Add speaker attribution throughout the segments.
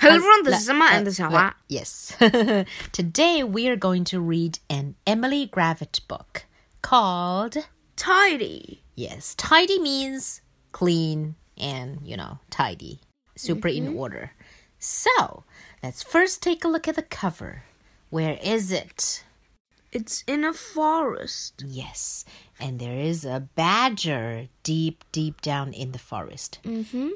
Speaker 1: children, the
Speaker 2: le-
Speaker 1: Zima and the
Speaker 2: le-
Speaker 1: Xiaohua.
Speaker 2: uh, Yes. Today we are going to read an Emily Gravitt book called
Speaker 1: Tidy.
Speaker 2: Yes, tidy means clean and, you know, tidy, super in order. So, let's first take a look at the cover. Where is it?
Speaker 1: It's in a forest.
Speaker 2: Yes, and there is a badger deep, deep down in the forest.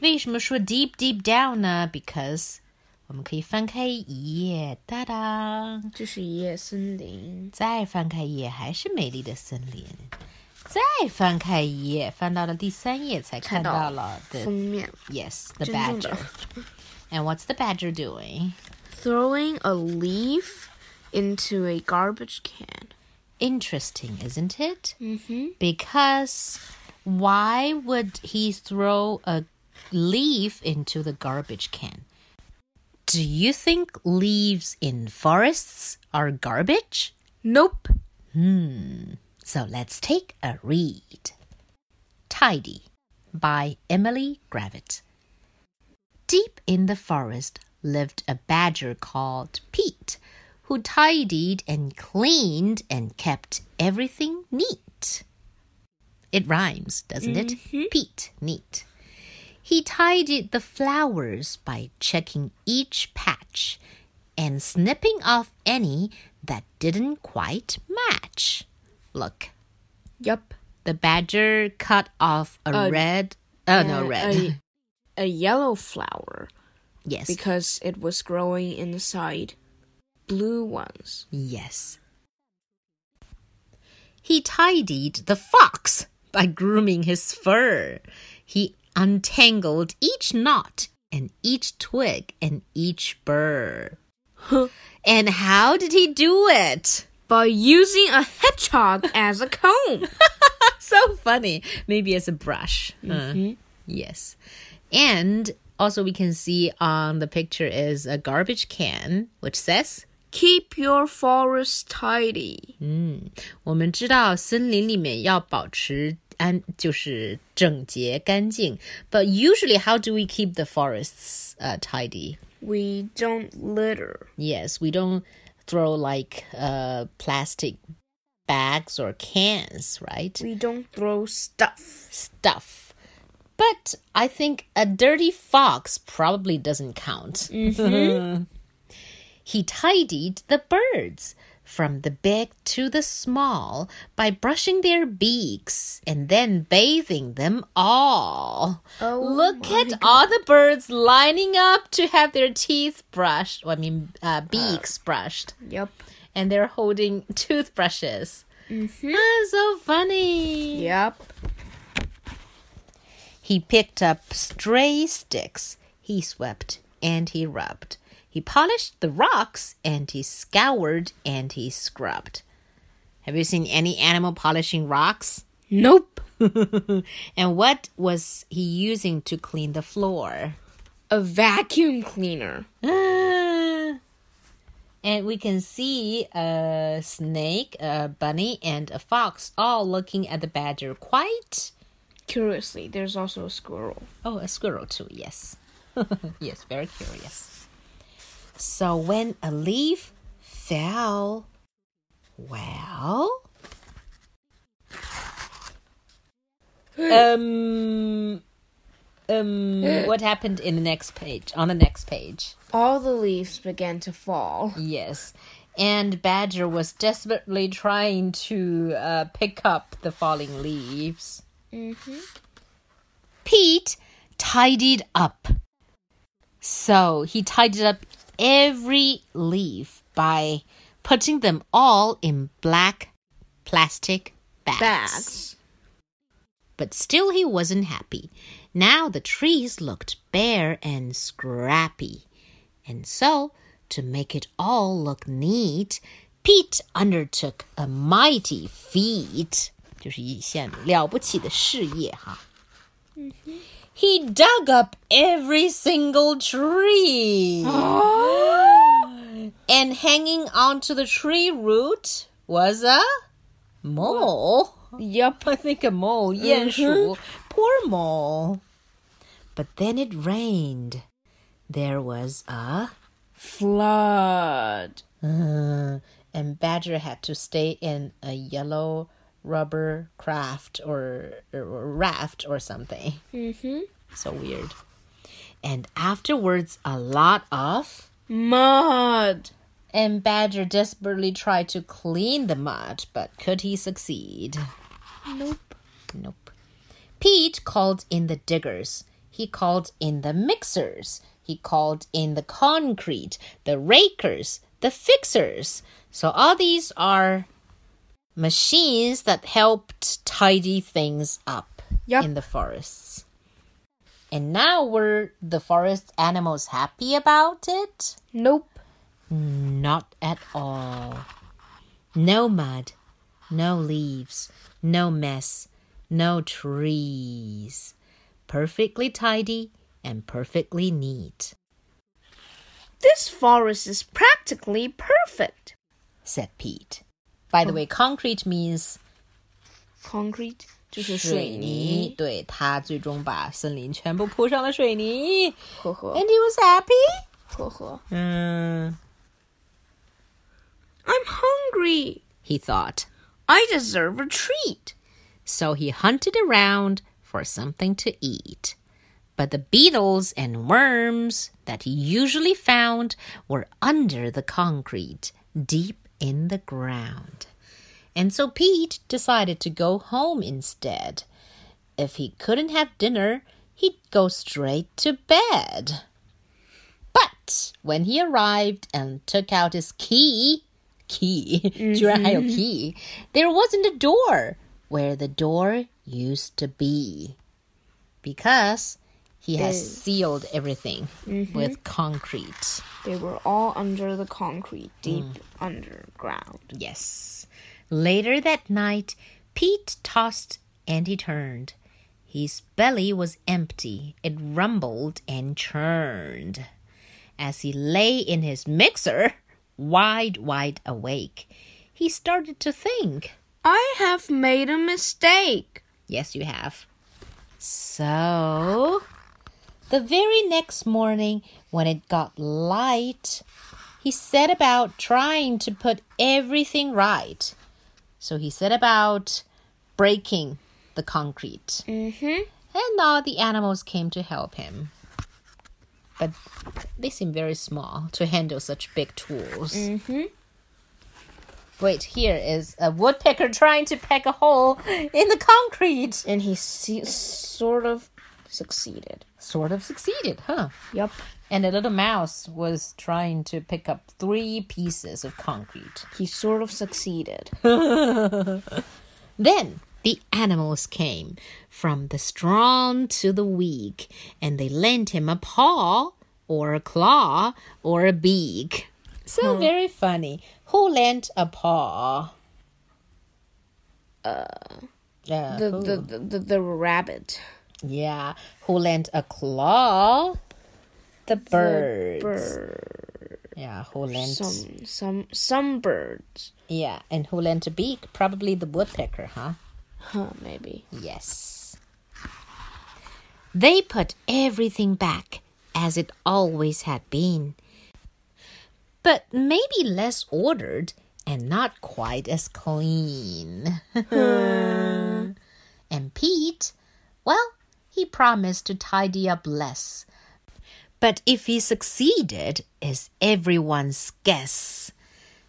Speaker 2: 为什么说 deep, deep down uh, 呢？Because um, 我们可以翻开一页，哒哒。
Speaker 1: 这是野森林。
Speaker 2: 再翻开一页，还是美丽的森林。再翻开一页，翻到了第三页才看到了 the
Speaker 1: 封面。
Speaker 2: yes the
Speaker 1: 真正的
Speaker 2: badger. And what's the badger doing?
Speaker 1: Throwing a leaf into a garbage can.
Speaker 2: Interesting, isn't it? Mm-hmm. Because why would he throw a leaf into the garbage can? Do you think leaves in forests are garbage? Hmm.
Speaker 1: Nope.
Speaker 2: So let's take a read. Tidy by Emily Gravitt. Deep in the forest lived a badger called Pete, who tidied and cleaned and kept everything neat. It rhymes, doesn't it? Pete, neat. He tidied the flowers by checking each patch and snipping off any that didn't quite match. Look,
Speaker 1: Yup.
Speaker 2: the badger cut off a
Speaker 1: A-
Speaker 2: red. Oh, no,
Speaker 1: Uh,
Speaker 2: red.
Speaker 1: A, a yellow flower
Speaker 2: yes.
Speaker 1: because it was growing inside blue ones.
Speaker 2: Yes. He tidied the fox by grooming his fur. He untangled each knot and each twig and each burr. and how did he do it?
Speaker 1: By using a hedgehog as a comb.
Speaker 2: so funny. Maybe as a brush. Huh. Yes. And also, we can see on the picture is a garbage can, which says
Speaker 1: Keep your forest tidy.
Speaker 2: 我们知道森林里面要保持安，就是整洁干净。But usually, how do we keep the forests uh, tidy?
Speaker 1: We don't litter.
Speaker 2: Yes, we don't throw like uh, plastic bags or cans, right?
Speaker 1: We don't throw stuff.
Speaker 2: Stuff. But I think a dirty fox probably doesn't count. he tidied the birds, from the big to the small, by brushing their beaks and then bathing them all.
Speaker 1: Oh
Speaker 2: Look at all the birds lining up to have their teeth brushed, well, I mean, uh, beaks brushed,
Speaker 1: Yup.
Speaker 2: and they're holding toothbrushes. Ah, so funny.
Speaker 1: Yup.
Speaker 2: He picked up stray sticks. He swept and he rubbed. He polished the rocks and he scoured and he scrubbed. Have you seen any animal polishing rocks?
Speaker 1: Nope.
Speaker 2: and what was he using to clean the floor?
Speaker 1: A vacuum cleaner.
Speaker 2: Ah. and we can see a snake, a bunny, and a fox all looking at the badger quite
Speaker 1: Curiously, there's also a squirrel.
Speaker 2: Oh, a squirrel too, yes. yes, very curious. So when a leaf fell, well, um, um, what happened in the next page? On the next page,
Speaker 1: All the leaves began to fall.
Speaker 2: yes. And Badger was desperately trying to uh, pick up the falling leaves.
Speaker 1: Mm-hmm.
Speaker 2: Pete tidied up. So he tidied up every leaf by putting them all in black plastic bags.
Speaker 1: Bags.
Speaker 2: But still he wasn't happy. Now the trees looked bare and scrappy. And so, to make it all look neat, Pete undertook a mighty feat. 就是一件了不起的事业哈。He dug up every single tree. and hanging onto the tree root was a mole. Mm-hmm.
Speaker 1: Yup.
Speaker 2: I think a mole, 鼹鼠 Poor mole. But then it rained. there was a
Speaker 3: flood,
Speaker 2: Uh, and Badger had to stay in a yellow rubber craft or, or raft or something. Mm-hmm. So weird. And afterwards, a lot of.
Speaker 3: mud,
Speaker 2: And Badger desperately tried to clean the mud, but could he succeed?
Speaker 1: Nope.
Speaker 2: Nope. Pete called in the diggers. He called in the mixers. He called in the concrete, the rakers, the fixers. So all these are machines that helped tidy things up
Speaker 3: Yup.
Speaker 2: in the forests. And now were the forest animals happy about it?
Speaker 3: nope,
Speaker 2: Not at all. No mud, no leaves, no mess, no trees. Perfectly tidy and perfectly neat,
Speaker 1: This forest is practically perfect.
Speaker 2: said Pete. By the way, concrete means
Speaker 1: Concrete
Speaker 2: 水泥，对，他最终把森林全部铺上了水
Speaker 1: 就是水
Speaker 2: 泥。
Speaker 1: 泥。呵呵，呵呵。
Speaker 2: And he was happy. 嗯、
Speaker 1: I'm hungry.
Speaker 2: he thought.
Speaker 1: I deserve a treat.
Speaker 2: So he hunted around for something to eat. But the beetles and worms that he usually found were under the concrete, deep in the ground. And so Pete decided to go home instead. If he couldn't have dinner, he'd go straight to bed. But when he arrived and took out his key, key, 居然还有 key, there wasn't a door where the door used to be. Because he has sealed everything with concrete.
Speaker 1: They were all under the concrete, deep
Speaker 2: Hmm.
Speaker 1: underground.
Speaker 2: Yes. Later that night, Pete tossed and he turned. His belly was empty. It rumbled and churned. As he lay in his mixer, wide, wide awake, he started to think.
Speaker 1: I have made a mistake.
Speaker 2: Yes, you have. So, the very next morning, when it got light, he set about trying to put everything right. So, he set about breaking the concrete.
Speaker 1: Mm-hmm.
Speaker 2: And all the animals came to help him. But they seem very small to handle such big tools.
Speaker 1: Mhm.
Speaker 2: Wait, here is a woodpecker trying to peck a hole in the concrete.
Speaker 1: And he se- sort of succeeded.
Speaker 2: sort of succeeded, huh?
Speaker 1: Yup.
Speaker 2: And the little mouse was trying to pick up three pieces of concrete.
Speaker 1: He sort of succeeded.
Speaker 2: Then the animals came, from the strong to the weak, and they lent him a paw, or a claw, or a beak. So very funny. Who lent a paw? Uh,
Speaker 1: The, the, the, the, the rabbit.
Speaker 2: yeah. Who lent a claw? The birds.
Speaker 1: Bird.
Speaker 2: Yeah, who lent
Speaker 1: Some, some, some birds.
Speaker 2: Yeah, and who lent a beak? Probably the woodpecker, huh?
Speaker 1: Huh, maybe.
Speaker 2: Yes. They put everything back as it always had been, but maybe less ordered and not quite as clean. and Pete, well, he promised to tidy up less. But if he succeeded is everyone's guess.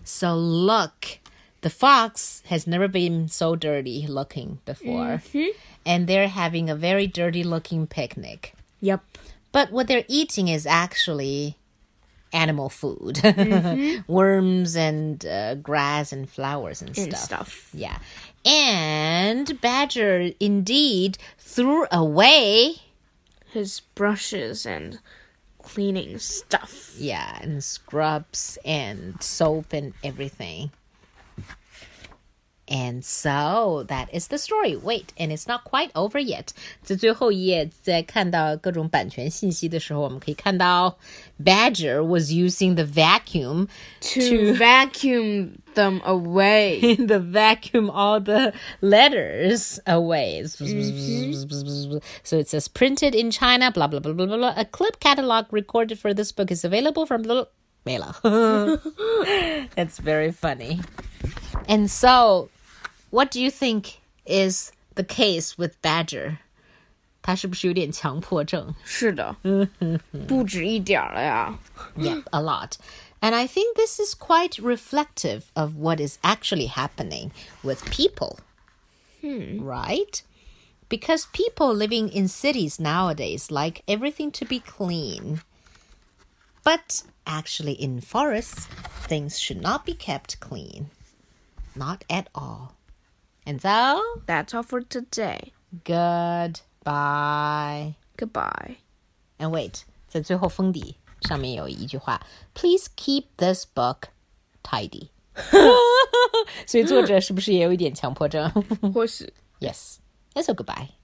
Speaker 2: So look, the fox has never been so dirty looking before. And they're having a very dirty looking picnic.
Speaker 1: Yup.
Speaker 2: But what they're eating is actually animal food worms and uh, grass and flowers and
Speaker 1: And
Speaker 2: stuff.
Speaker 1: stuff.
Speaker 2: Yeah. And Badger indeed threw away.
Speaker 1: His brushes and cleaning stuff.
Speaker 2: Yeah, and scrubs and soap and everything. And so that is the story. Wait, and it's not quite over yet. 在最后一页，在看到各种版权信息的时候，我们可以看到 Badger was using the vacuum
Speaker 1: To, vacuum them away.
Speaker 2: in the vacuum all the letters away. So it says printed in China, blah, blah, blah, blah, blah, blah. A clip catalog recorded for this book is available from little. Mela. That's very funny. And so, what do you think is the case with Badger? 他是不是有点强迫症？
Speaker 1: 是的，不止一点儿了呀。
Speaker 2: yeah, a lot. And I think this is quite reflective of what is actually happening with people. Right? Because people living in cities nowadays like everything to be clean. But actually, in forests, things should not be kept clean. Not at all. And so,
Speaker 1: That's all for today.
Speaker 2: goodbye.
Speaker 1: Goodbye.
Speaker 2: And wait, 在最后封底上面有一句话：“Please keep this book tidy 。”所以作者是不是也有一点强迫症
Speaker 1: 或许。
Speaker 2: ？Yes, it's a goodbye.